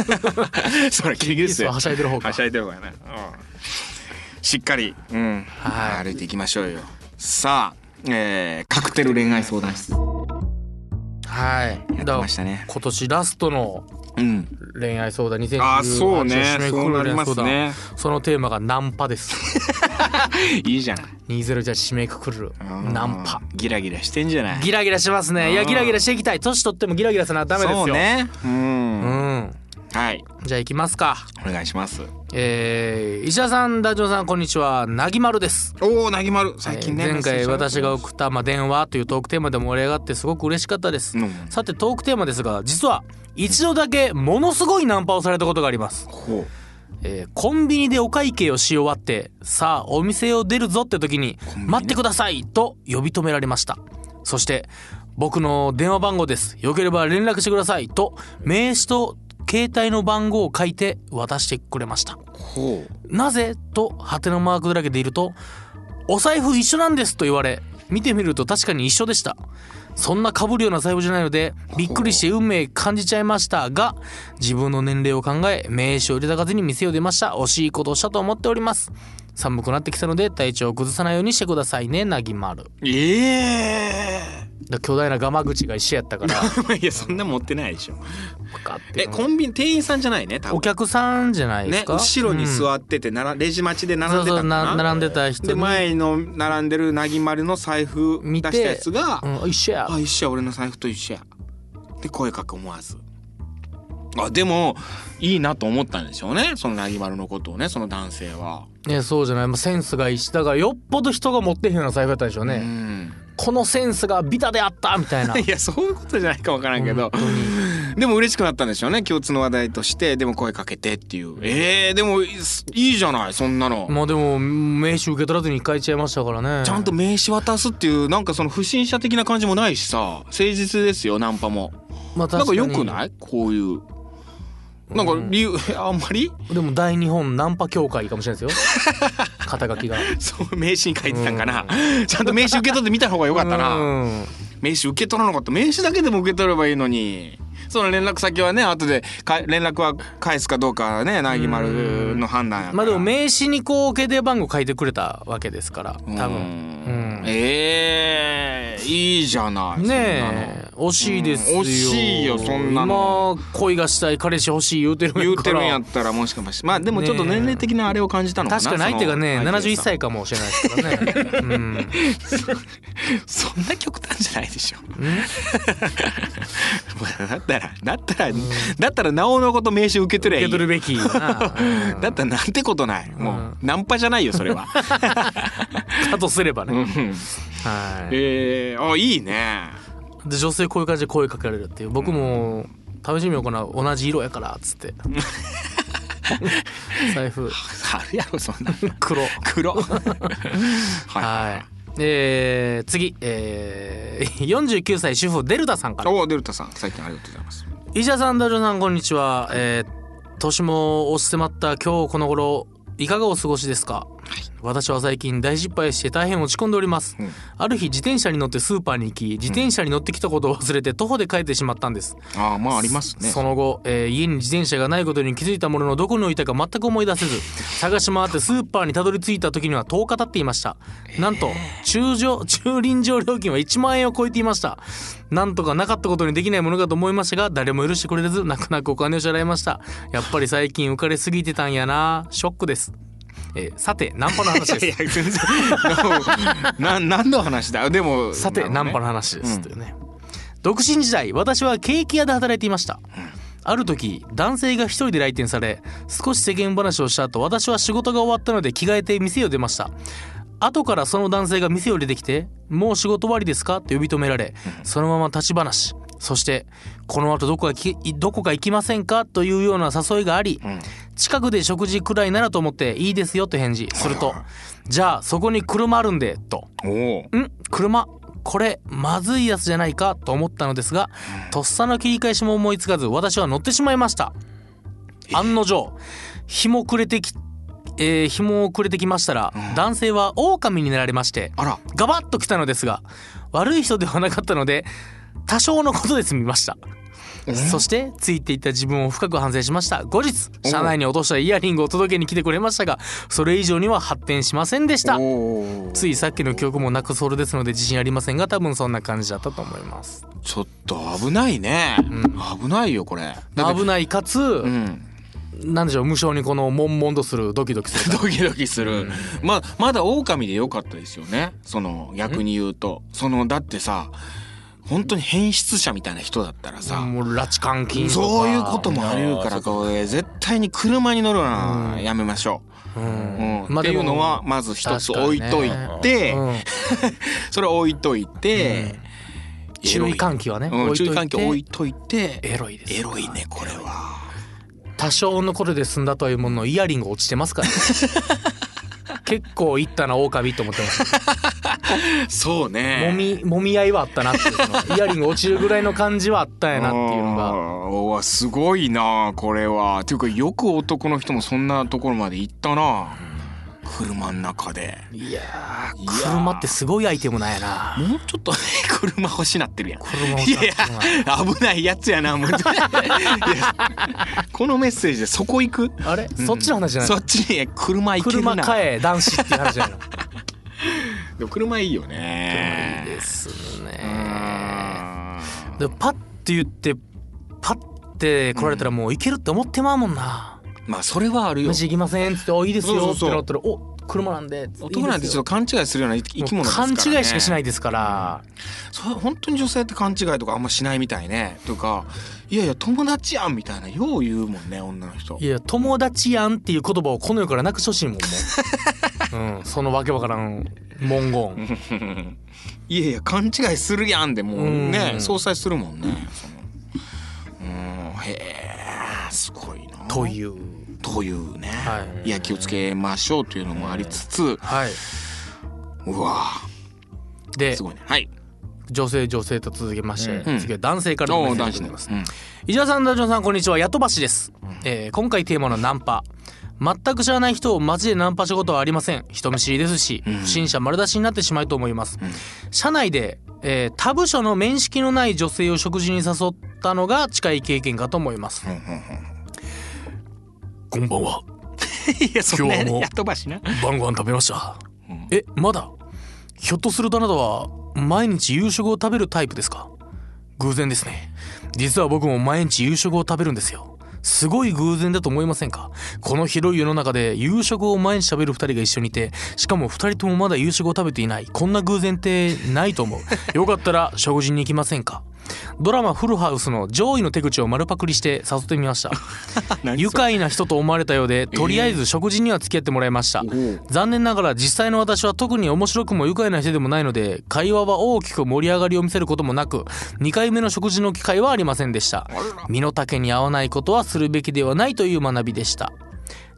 [SPEAKER 1] <laughs> それギリギリですよ。
[SPEAKER 2] はしゃいでる方か
[SPEAKER 1] はしゃいでるからね、うん、しっかり、うん
[SPEAKER 2] はい
[SPEAKER 1] 歩いていきましょうよさあ、えー、カクテル恋愛相談室
[SPEAKER 2] は
[SPEAKER 1] や
[SPEAKER 2] い
[SPEAKER 1] って
[SPEAKER 2] だ
[SPEAKER 1] ましたね
[SPEAKER 2] 今年ラストの
[SPEAKER 1] うん <laughs>
[SPEAKER 2] 恋愛相談2018
[SPEAKER 1] あーそうね
[SPEAKER 2] 締めく
[SPEAKER 1] そ
[SPEAKER 2] くる恋愛相
[SPEAKER 1] うなりま
[SPEAKER 2] 談
[SPEAKER 1] す
[SPEAKER 2] そのテーマがナンパです
[SPEAKER 1] いいじゃない
[SPEAKER 2] 20じゃ締めくくる
[SPEAKER 1] うん
[SPEAKER 2] ナンパ
[SPEAKER 1] ギラギラしてんじゃない
[SPEAKER 2] ギラギラしますねいやギラギラしていきたい年取ってもギラギラさなダメですよ
[SPEAKER 1] そうねうん、
[SPEAKER 2] うん
[SPEAKER 1] はい
[SPEAKER 2] じゃあ行きますか
[SPEAKER 1] お願いします
[SPEAKER 2] えー、石田さんダジョウさんこんにちはなぎまるです
[SPEAKER 1] おおなぎまる最近ね、
[SPEAKER 2] えー前
[SPEAKER 1] メッセー
[SPEAKER 2] 回
[SPEAKER 1] ジ
[SPEAKER 2] 私が送った「まあ、電話」というトークテーマで盛り上がってすごく嬉しかったです、
[SPEAKER 1] うん
[SPEAKER 2] さてトークテーマですが実は一度だけものすごいナンパをされたことがあります、
[SPEAKER 1] ほ
[SPEAKER 2] えーコンビニでお会計をし終わってさあお店を出るぞって時に「
[SPEAKER 1] ビニね
[SPEAKER 2] 待ってください!」と呼び止められましたそして「僕の電話番号ですよければ連絡してください」と名刺と携帯の番号を書いて渡してくれました
[SPEAKER 1] ほう
[SPEAKER 2] なぜとハテナマークだらけでいると「お財布一緒なんです」と言われ見てみると確かに一緒でしたそんな被るような財布じゃないのでびっくりして運命感じちゃいましたが自分の年齢を考え名刺を入れた数に店を出ました惜しいことをしたと思っております寒くなってきたので体調を崩さないようにしてくださいねなぎまる
[SPEAKER 1] え
[SPEAKER 2] だ巨大なガマ口が一緒やったから
[SPEAKER 1] え <laughs> いやそんな持ってないでしょ
[SPEAKER 2] 分かって
[SPEAKER 1] え
[SPEAKER 2] る
[SPEAKER 1] コンビニ店員さんじゃないね多分
[SPEAKER 2] お客さんじゃないで
[SPEAKER 1] ね
[SPEAKER 2] すか、
[SPEAKER 1] 後ろに
[SPEAKER 2] っ
[SPEAKER 1] 座っててならレジ待ちで並んで
[SPEAKER 2] そう
[SPEAKER 1] た
[SPEAKER 2] そう
[SPEAKER 1] の
[SPEAKER 2] な
[SPEAKER 1] かな
[SPEAKER 2] 並んでた人
[SPEAKER 1] で
[SPEAKER 2] に
[SPEAKER 1] 前の並んでるなぎまるの財布出
[SPEAKER 2] 見て
[SPEAKER 1] したやつが
[SPEAKER 2] うん、一
[SPEAKER 1] 「
[SPEAKER 2] 緒や
[SPEAKER 1] あ一緒や俺の財布と一緒や」って声かく思わずあでもいいなと思ったんでしょうねそのなぎまるのことをねその男性は。
[SPEAKER 2] ね、そうじゃない、まあ、センスがいいしだからよっぽど人が持ってへんような財布だったんでしょう
[SPEAKER 1] う
[SPEAKER 2] ね、
[SPEAKER 1] ん
[SPEAKER 2] このセンスがビタであったみ
[SPEAKER 1] <laughs>
[SPEAKER 2] たいな
[SPEAKER 1] いやそういうことじゃないかわからんけど
[SPEAKER 2] 本当に
[SPEAKER 1] でも嬉しくなったんでしょうね共通の話題としてでも声かけてっていうえー、でもいいいいじゃないそんなの。
[SPEAKER 2] まあでも名刺受け取らずに変えちゃいましたからね
[SPEAKER 1] ちゃんと名刺渡すっていうなんかその不審者的な感じもないしさ誠実ですよナンパも
[SPEAKER 2] ま
[SPEAKER 1] な
[SPEAKER 2] あ、確
[SPEAKER 1] んか良
[SPEAKER 2] に
[SPEAKER 1] くないこういうなんか理由、 <laughs> あんまり
[SPEAKER 2] でも大日本ナンパ協会かもしれないですよ <laughs> 肩書きが
[SPEAKER 1] そう名刺に書いてたんかな、ちゃんと名刺受け取ってみた方が良かったな、
[SPEAKER 2] うん
[SPEAKER 1] 名刺受け取らなかった名刺だけでも受け取ればいいのにその連絡先はね後でか連絡は返すかどうかはねなぎまるの判断やから
[SPEAKER 2] まあでも名刺にこう携帯番号書いてくれたわけですから多
[SPEAKER 1] うん
[SPEAKER 2] 分うん
[SPEAKER 1] ええいいじゃないそんなの
[SPEAKER 2] ねえ惜しいですよ、
[SPEAKER 1] うん惜しいよそんなの
[SPEAKER 2] 今恋がしたい彼氏欲しい言うてるんやから
[SPEAKER 1] 言うてるんやったらもしかしてまあでもちょっと年齢的なあれを感じたのかな
[SPEAKER 2] 確かに相手がね
[SPEAKER 1] その
[SPEAKER 2] 71歳かもしれないです
[SPEAKER 1] <laughs>
[SPEAKER 2] からね、うん、
[SPEAKER 1] そんな極端じゃないでしょ <laughs> だったらだったら、だったらなおのこと名刺受け取り
[SPEAKER 2] 受
[SPEAKER 1] ゃい
[SPEAKER 2] け
[SPEAKER 1] い
[SPEAKER 2] 取るべきや
[SPEAKER 1] <laughs>
[SPEAKER 2] な
[SPEAKER 1] だったらなんてことないもう、ナンパじゃないよそれ
[SPEAKER 2] <laughs>
[SPEAKER 1] は
[SPEAKER 2] だとすれば
[SPEAKER 1] う
[SPEAKER 2] ね、
[SPEAKER 1] ん
[SPEAKER 2] は
[SPEAKER 1] えー、あいいね
[SPEAKER 2] い、で女性こういう感じで声かけられるっていう僕も試してみようかな同じ色やからっ
[SPEAKER 1] <laughs>
[SPEAKER 2] つって財布
[SPEAKER 1] あるやろそんな
[SPEAKER 2] <laughs> 黒
[SPEAKER 1] 黒は
[SPEAKER 2] はいえー、次、えー、49歳 <laughs> 主婦デルタさんか
[SPEAKER 1] い
[SPEAKER 2] ら
[SPEAKER 1] おデルタさん最近ありがとうございます
[SPEAKER 2] 石田さんダジョさんこんにちはえー、年も押し迫った今日この頃いかがお過ごしですか、私は最近大失敗して大変落ち込んでおります、
[SPEAKER 1] うん
[SPEAKER 2] ある日自転車に乗ってスーパーに行き自転車に乗ってきたことを忘れて徒歩で帰ってしまったんです、
[SPEAKER 1] ああまあありますね
[SPEAKER 2] その後、えー家に自転車がないことに気づいたもののどこに置いたか全く思い出せず探し回ってスーパーにたどり着いた時には10日経っていましたなんと駐場駐輪場料金は1万円を超えていましたなんとかなかったことにできないものかと思いましたが誰も許してくれず泣く泣くお金を支払いましたやっぱり最近浮かれすぎてたんやなショックです、えーさてナンパの話で
[SPEAKER 1] <laughs>
[SPEAKER 2] す
[SPEAKER 1] いや全然な <laughs> 何の話だでも
[SPEAKER 2] さて、ナンパの
[SPEAKER 1] の
[SPEAKER 2] 話で
[SPEAKER 1] う
[SPEAKER 2] す
[SPEAKER 1] ん
[SPEAKER 2] というね、独身時代私はケーキ屋で働いていました、ある時男性が一人で来店され少し世間話をした後私は仕事が終わったので着替えて店を出ました後からその男性が店を出てきて「もう仕事終わりですか?」と呼び止められそのまま立ち話そして「この後どこか行きどこか行きませんか?」というような誘いがあり、近くで食事くらいならと思って「いいですよ」と返事すると「じゃあそこに車あるんで」と
[SPEAKER 1] おお
[SPEAKER 2] ん車これまずいやつじゃないかと思ったのですがとっさの切り返しも思いつかず私は乗ってしまいました案の定日も暮れてき、えー日も暮れてきましたら、男性は狼になられまして
[SPEAKER 1] あら
[SPEAKER 2] ガバッと来たのですが悪い人ではなかったので多少のことで済みましたそしてついていった自分を深く反省しました後日車内に落としたイヤリングを届けに来てくれましたがそれ以上には発展しませんでした
[SPEAKER 1] おお
[SPEAKER 2] ついさっきの記憶もなくそれですので自信ありませんが多分そんな感じだったと思います
[SPEAKER 1] ちょっと危ないね、危ないよこれだって
[SPEAKER 2] 危ないかつ、
[SPEAKER 1] うん
[SPEAKER 2] なんでしょう無性にこの悶々とするドキドキする
[SPEAKER 1] ドキドキする、ままだ狼で良かったですよねその逆に言うとそのだってさ本当に変質者みたいな人だったらさ、
[SPEAKER 2] もう拉致監禁とか
[SPEAKER 1] そういうこともあり得るからこれ絶対に車に乗るのはやめましょ
[SPEAKER 2] う
[SPEAKER 1] う、
[SPEAKER 2] ん
[SPEAKER 1] うん
[SPEAKER 2] まあ
[SPEAKER 1] って
[SPEAKER 2] で
[SPEAKER 1] い
[SPEAKER 2] も
[SPEAKER 1] うのはまず一つ置いといて、
[SPEAKER 2] うん
[SPEAKER 1] それ置いといて、
[SPEAKER 2] 注意喚起はね、
[SPEAKER 1] うん、
[SPEAKER 2] 置
[SPEAKER 1] 注
[SPEAKER 2] いとい
[SPEAKER 1] 意
[SPEAKER 2] て
[SPEAKER 1] 喚起置いといて
[SPEAKER 2] エロいです
[SPEAKER 1] エロいねこれは <laughs>
[SPEAKER 2] 多少のことで済んだとはいうもののイヤリング落ちてますからね結構いったな狼と思ってました
[SPEAKER 1] そう <laughs> ね
[SPEAKER 2] もみもみ合いはあったなっていうそのイヤリング落ちるぐらいの感じはあったんやなっていうのが
[SPEAKER 1] あーうわすごいなこれはっていうかよく男の人もそんなところまで行ったな車の中で
[SPEAKER 2] いやー車ってすごいアイテムなんやな
[SPEAKER 1] もうちょっとね <laughs> 車欲しなってるやん
[SPEAKER 2] 車を
[SPEAKER 1] いやいや
[SPEAKER 2] 買ってもら
[SPEAKER 1] 危ないやつやな
[SPEAKER 2] <laughs>
[SPEAKER 1] もういやこのメッセージでそこ行く
[SPEAKER 2] うあれそっちの話じゃない
[SPEAKER 1] そっちに車行けるな
[SPEAKER 2] 車買え男子っていう話じ
[SPEAKER 1] <laughs>
[SPEAKER 2] ゃない
[SPEAKER 1] でも車いいよね
[SPEAKER 2] のです
[SPEAKER 1] う
[SPEAKER 2] ね
[SPEAKER 1] ーん
[SPEAKER 2] でパッて言ってパッて来られたらもういけるって思ってまうもんな
[SPEAKER 1] まあそれはあるよ
[SPEAKER 2] 飯行きませんっつって「おいいです
[SPEAKER 1] そう
[SPEAKER 2] よ」っ
[SPEAKER 1] そ
[SPEAKER 2] て
[SPEAKER 1] うそう
[SPEAKER 2] なったら「お車なんで」
[SPEAKER 1] 男なんてちょっと
[SPEAKER 2] と
[SPEAKER 1] 勘違いするような生き物ですから
[SPEAKER 2] 勘
[SPEAKER 1] ね
[SPEAKER 2] 違いしかしないですから
[SPEAKER 1] そう本当に女性って勘違いとかあんましないみたいねとかいやいや友達やんみたいなよう言うもんね女の人
[SPEAKER 2] いや友達やんっていう言葉をこの世からなくしてほしいもんも
[SPEAKER 1] <laughs>
[SPEAKER 2] う、うん、そのわけわからん文言
[SPEAKER 1] いやいや勘違いするやんでもうね
[SPEAKER 2] うん
[SPEAKER 1] 相殺するもんねそのうんへえすごいな
[SPEAKER 2] という
[SPEAKER 1] というね、、
[SPEAKER 2] はい
[SPEAKER 1] や気をつけましょうというのもありつつ
[SPEAKER 2] はいう
[SPEAKER 1] わ
[SPEAKER 2] です
[SPEAKER 1] ごいねはい
[SPEAKER 2] 女性女性と続けまして、
[SPEAKER 1] うん
[SPEAKER 2] 次は男性からのメ
[SPEAKER 1] お
[SPEAKER 2] ッセー
[SPEAKER 1] 男子
[SPEAKER 2] ジで
[SPEAKER 1] ね
[SPEAKER 2] ございます、
[SPEAKER 1] うん
[SPEAKER 2] 伊沢さんダジョンさんこんにちはヤトバシです、えー今回テーマのナンパ全く知らない人を街でナンパしたことはありません人見知りですし不審者丸出しになってしまいと思います、社内で、えー他部署の面識のない女性を食事に誘ったのが近い経験かと思います、こんばんは
[SPEAKER 1] いやそんな
[SPEAKER 2] 今日も
[SPEAKER 1] やっとばしな
[SPEAKER 2] 晩ご飯食べました、えまだひょっとするとあなたは毎日夕食を食べるタイプですか偶然ですね実は僕も毎日夕食を食べるんですよすごい偶然だと思いませんかこの広い世の中で夕食を毎日食べる2人が一緒にいてしかも2人ともまだ夕食を食べていないこんな偶然ってないと思うよかったら食事に行きませんかドラマ「フルハウス」の上位の手口を丸パクリして誘ってみました愉快な人と思われたようでとりあえず食事には付き合ってもらいました、残念ながら実際の私は特に面白くも愉快な人でもないので会話は大きく盛り上がりを見せることもなく2回目の食事の機会はありませんでした身の丈に合わないことはするべきではないという学びでした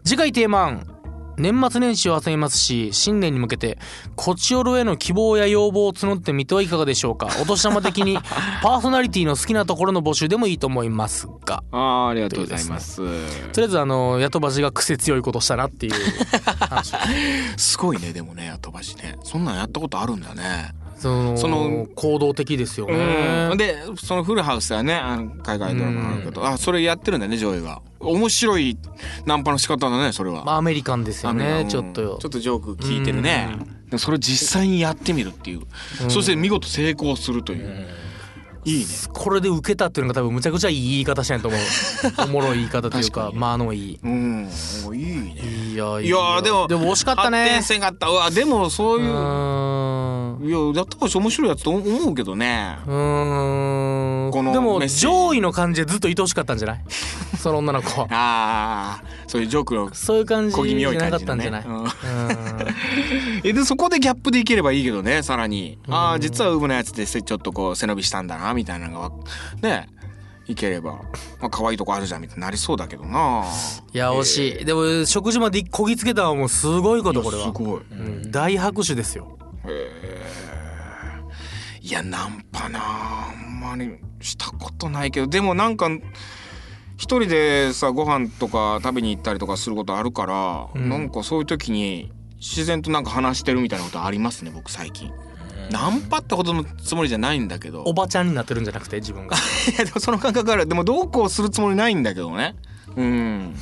[SPEAKER 2] 次回テーマ案年末年始を挟みますし新年に向けてこちおろへの希望や要望を募ってみてはいかがでしょうかお年玉的に <laughs> パーソナリティの好きなところの募集でもいいと思いますが
[SPEAKER 1] あーありがとうございます
[SPEAKER 2] とりあえずあのヤトバシが癖強いことしたなっ
[SPEAKER 1] <laughs>
[SPEAKER 2] ていう話を
[SPEAKER 1] すごいねでもねやっとばしねそんなんやったことあるんだね
[SPEAKER 2] その
[SPEAKER 1] その
[SPEAKER 2] 行動的ですよ
[SPEAKER 1] うん、
[SPEAKER 2] ね。
[SPEAKER 1] でその「フルハウス」はねあの海外ドラマあるけど、あそれやってるんだね上位が面白いナンパの仕方だねそれは、
[SPEAKER 2] まあアメリカンですよ
[SPEAKER 1] あ
[SPEAKER 2] ね
[SPEAKER 1] の
[SPEAKER 2] ちょっとよ
[SPEAKER 1] ちょっとジョーク聞いてるね、でそれを実際にやってみるっていう、そして見事成功するという、いいね
[SPEAKER 2] これで受けたっていうのが多分むちゃくちゃいい言い方しないと思
[SPEAKER 1] <laughs>
[SPEAKER 2] うおもろい言い方というか間のいい
[SPEAKER 1] うんおいいね
[SPEAKER 2] いや
[SPEAKER 1] いやーでも
[SPEAKER 2] でも惜しかった
[SPEAKER 1] 発
[SPEAKER 2] ね
[SPEAKER 1] 展せんかったうわでもそう
[SPEAKER 2] う
[SPEAKER 1] い
[SPEAKER 2] ー
[SPEAKER 1] う、
[SPEAKER 2] んう
[SPEAKER 1] いややったかし面白いやつと思うけどね
[SPEAKER 2] ーん
[SPEAKER 1] この
[SPEAKER 2] でも
[SPEAKER 1] メッセージ
[SPEAKER 2] 上位の感じでずっといてほしかったんじゃない
[SPEAKER 1] <laughs>
[SPEAKER 2] その女の子は
[SPEAKER 1] ああそういうジョークの
[SPEAKER 2] そういう感じ
[SPEAKER 1] 小気味
[SPEAKER 2] じ
[SPEAKER 1] 良
[SPEAKER 2] ゃ
[SPEAKER 1] い感
[SPEAKER 2] なかっ
[SPEAKER 1] じ
[SPEAKER 2] た
[SPEAKER 1] の
[SPEAKER 2] ん
[SPEAKER 1] ね
[SPEAKER 2] じゃない、
[SPEAKER 1] うん
[SPEAKER 2] うーん
[SPEAKER 1] えでそこでギャップでいければいいけどねさらにああ実はウブなやつでせちょっとこう背伸びしたんだなみたいなのがわねいければ、まあ可愛いとこあるじゃんみたいになりそうだけどない
[SPEAKER 2] や惜しい、でも食事までこぎつけたのはもうすごいことこれ
[SPEAKER 1] いや
[SPEAKER 2] は
[SPEAKER 1] すごい
[SPEAKER 2] うん大拍手ですよ
[SPEAKER 1] いやナンパなあんまりしたことないけどでもなんか一人でさご飯とか食べに行ったりとかすることあるから、
[SPEAKER 2] うん
[SPEAKER 1] なんかそういう時に自然となんか話してるみたいなことありますね僕最近。ナンパってほどのつもりじゃないんだけど
[SPEAKER 2] おばちゃんになってるんじゃなくて
[SPEAKER 1] <laughs>
[SPEAKER 2] 自分が
[SPEAKER 1] いやでもその感覚あるでもどうこうするつもりないんだけどねうん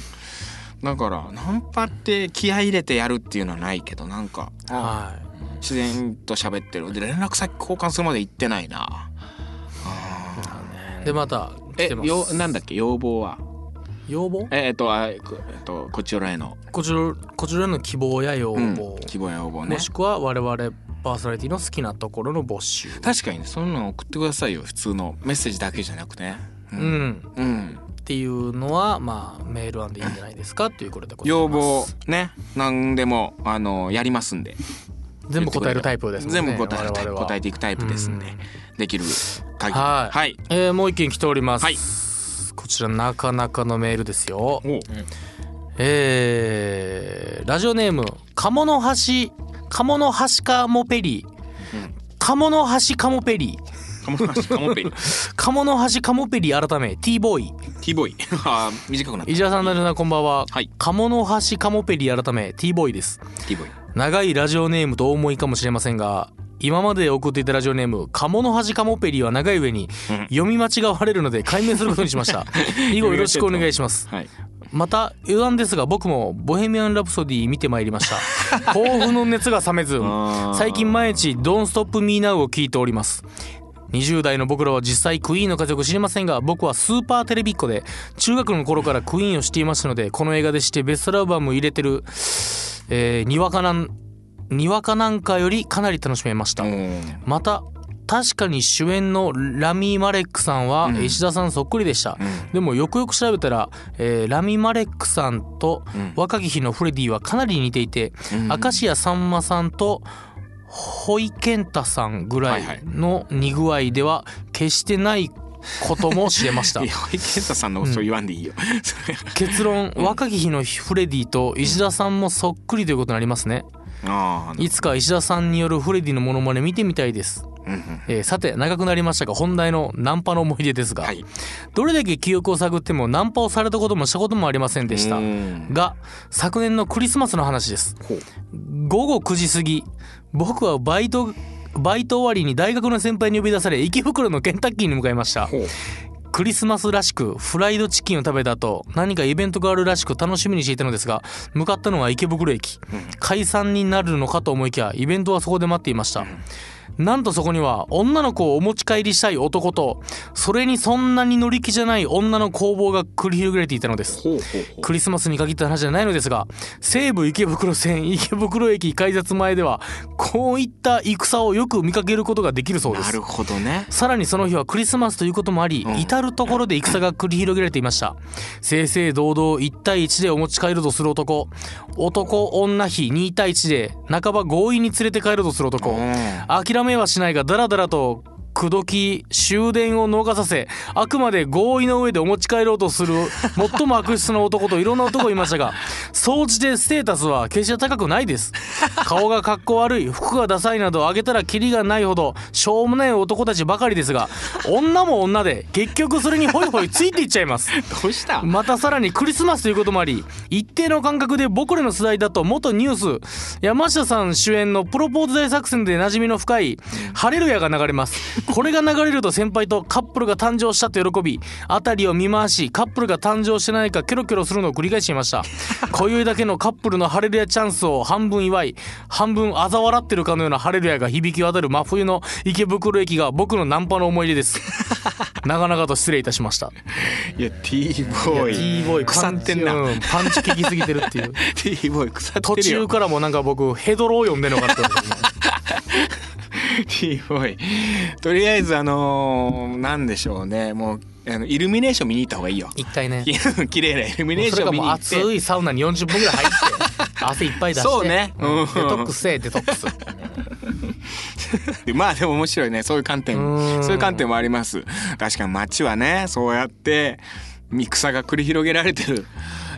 [SPEAKER 1] だからナンパって気合い入れてやるっていうのはないけどなんか
[SPEAKER 2] はい
[SPEAKER 1] 自然と喋ってるで連絡先交換するまで行ってないな
[SPEAKER 2] でまた来
[SPEAKER 1] え
[SPEAKER 2] てます
[SPEAKER 1] よなんだっけ要望は
[SPEAKER 2] 要望
[SPEAKER 1] ええっとあえっとこちらへの、
[SPEAKER 2] こちらこちらの希望や要望、
[SPEAKER 1] うん、希望や要望ね
[SPEAKER 2] もしくは我々パーソナリティの好きなところの募集
[SPEAKER 1] 確かにねそんなの送ってくださいよ普通のメッセージだけじゃなくね
[SPEAKER 2] うん、
[SPEAKER 1] うん
[SPEAKER 2] っていうのはまあメール案でいいんじゃないですかということでございます
[SPEAKER 1] 要望ね何でもあのやりますんで
[SPEAKER 2] 全部答えるタイプですもんね
[SPEAKER 1] 全部答えるタイプ
[SPEAKER 2] 我々は
[SPEAKER 1] 答えていくタイプですんで
[SPEAKER 2] うん
[SPEAKER 1] できる限り
[SPEAKER 2] はい、
[SPEAKER 1] はい
[SPEAKER 2] えーもう一件来ております、
[SPEAKER 1] はい
[SPEAKER 2] こちらなかなかのメールですよ
[SPEAKER 1] お
[SPEAKER 2] えーラジオネーム鴨の橋鴨の橋カモペリー鴨の橋カモペリー
[SPEAKER 1] カモペリカモ
[SPEAKER 2] <laughs>
[SPEAKER 1] ペリ
[SPEAKER 2] 鴨の橋カモペリー改め T ボーイ
[SPEAKER 1] T ボーイあー短くなった
[SPEAKER 2] 石田さんだるなこんばんは、
[SPEAKER 1] はい
[SPEAKER 2] 鴨の橋カモペリー改め T ボーイです
[SPEAKER 1] T ボーイ
[SPEAKER 2] 長いラジオネームとお思いかもしれませんが今まで送っていたラジオネーム「カモノハジカモペリ」は長い上に読み間違われるので解明することにしました以後よろしくお願いします
[SPEAKER 1] はい
[SPEAKER 2] また余談ですが僕も「ボヘミアン・ラプソディ」見てまいりまし
[SPEAKER 1] <laughs>
[SPEAKER 2] た興奮の熱が冷めず
[SPEAKER 1] あー
[SPEAKER 2] 最近毎日「ドンストップ・ミー・ナウ」を聞いております20代の僕らは実際クイーンの活躍を知りませんが僕はスーパーテレビっ子で中学の頃からクイーンを知っていましたのでこの映画でしてベストアルバムを入れてる、えーにわかなんにわかなんかよりかなり楽しめました、
[SPEAKER 1] うん
[SPEAKER 2] また確かに主演のラミ・マレックさんは石田さんそっくりでした、でもよくよく調べたら、えーラミ・マレックさんと若き日のフレディはかなり似ていて、明石家さんまさんとホイケンタさんぐらいの似具合では決してないことも知れま <laughs> した
[SPEAKER 1] いや堀健太さんのそう言わんでいいよ、それ
[SPEAKER 2] 結論若き日のフレディと石田さんもそっくりということになりますね
[SPEAKER 1] <laughs> ああ
[SPEAKER 2] いつか石田さんによるフレディのモノマネ見てみたいです、えーさて長くなりましたが本題のナンパの思い出ですが、
[SPEAKER 1] はい
[SPEAKER 2] どれだけ記憶を探ってもナンパをされたこともしたこともありませんでした
[SPEAKER 1] うん
[SPEAKER 2] が昨年のクリスマスの話です
[SPEAKER 1] ほう
[SPEAKER 2] 午後9時過ぎ僕はバイトバイト終わりに大学の先輩に呼び出され池袋のケンタッキーに向かいました
[SPEAKER 1] ほう
[SPEAKER 2] クリスマスらしくフライドチキンを食べた後何かイベントがあるらしく楽しみにしていたのですが向かったのは池袋駅解散になるのかと思いきやイベントはそこで待っていましたなんとそこには女の子をお持ち帰りしたい男とそれにそんなに乗り気じゃない女の攻防が繰り広げられていたのです
[SPEAKER 1] ほうほうほう
[SPEAKER 2] クリスマスに限った話じゃないのですが西武池袋線池袋駅改札前ではこういった戦をよく見かけることができるそうで
[SPEAKER 1] な
[SPEAKER 2] す
[SPEAKER 1] るほどね
[SPEAKER 2] さらにその日はクリスマスということもあり、
[SPEAKER 1] うん
[SPEAKER 2] 至る所で戦が繰り広げられていました正々堂々1対1でお持ち帰るとする男男女比2対1で半ば強引に連れて帰るとする男、
[SPEAKER 1] うん
[SPEAKER 2] 諦めはしないがダラダラと口説き終電を逃させあくまで合意の上でお持ち帰ろうと
[SPEAKER 1] <laughs>
[SPEAKER 2] する最も悪質な男といろんな男がいましたが総じてステータスは決して高くないです顔が格好悪い服がダサいなどあげたらキリがないほどしょうもない男たちばかりですが女も女で結局それにホイホイついていっちゃいます
[SPEAKER 1] どうした
[SPEAKER 2] またさらにクリスマスということもあり一定の感覚で僕らの世代だと元ニュース山下さん主演の「プロポーズ大作戦」で馴染みの深い「ハレルヤ」が流れますこれが流れると先輩とカップルが誕生したと喜び辺りを見回しカップルが誕生してないかキョロキョロするのを繰り返していました今宵だけのカップルのハレルヤチャンスを半分祝い半分嘲笑ってるかのようなハレルヤが響き渡る真冬の池袋駅が僕のナンパの思い出です <laughs> 長々と失礼いたしました
[SPEAKER 1] いや T ボーイ
[SPEAKER 2] T ボーイ
[SPEAKER 1] 腐ってんな
[SPEAKER 2] パンチうんパンチ効きすぎて
[SPEAKER 1] <laughs>
[SPEAKER 2] るっていう
[SPEAKER 1] T ボーイ腐って
[SPEAKER 2] 途
[SPEAKER 1] る
[SPEAKER 2] 中
[SPEAKER 1] よ
[SPEAKER 2] からもなんか僕ヘドロを読んでんの
[SPEAKER 1] <laughs>
[SPEAKER 2] かって思って
[SPEAKER 1] T ボーイとりあえずあのー、なんでしょうねもうあのイルミネーション見に行った方がいいよ
[SPEAKER 2] 一回ね
[SPEAKER 1] <laughs> 綺麗なイルミネー
[SPEAKER 2] そ
[SPEAKER 1] シ
[SPEAKER 2] れ
[SPEAKER 1] ョン
[SPEAKER 2] か
[SPEAKER 1] 見
[SPEAKER 2] も
[SPEAKER 1] に行っ
[SPEAKER 2] う
[SPEAKER 1] て
[SPEAKER 2] 暑いサウナに40分ぐらい入って汗いっぱい出して
[SPEAKER 1] そうねうん
[SPEAKER 2] デトックスせえデトックス
[SPEAKER 1] まあでも面白いねそういう観点
[SPEAKER 2] うん
[SPEAKER 1] そういう観点もあります確かに街はねそうやって戦が繰り広げられてる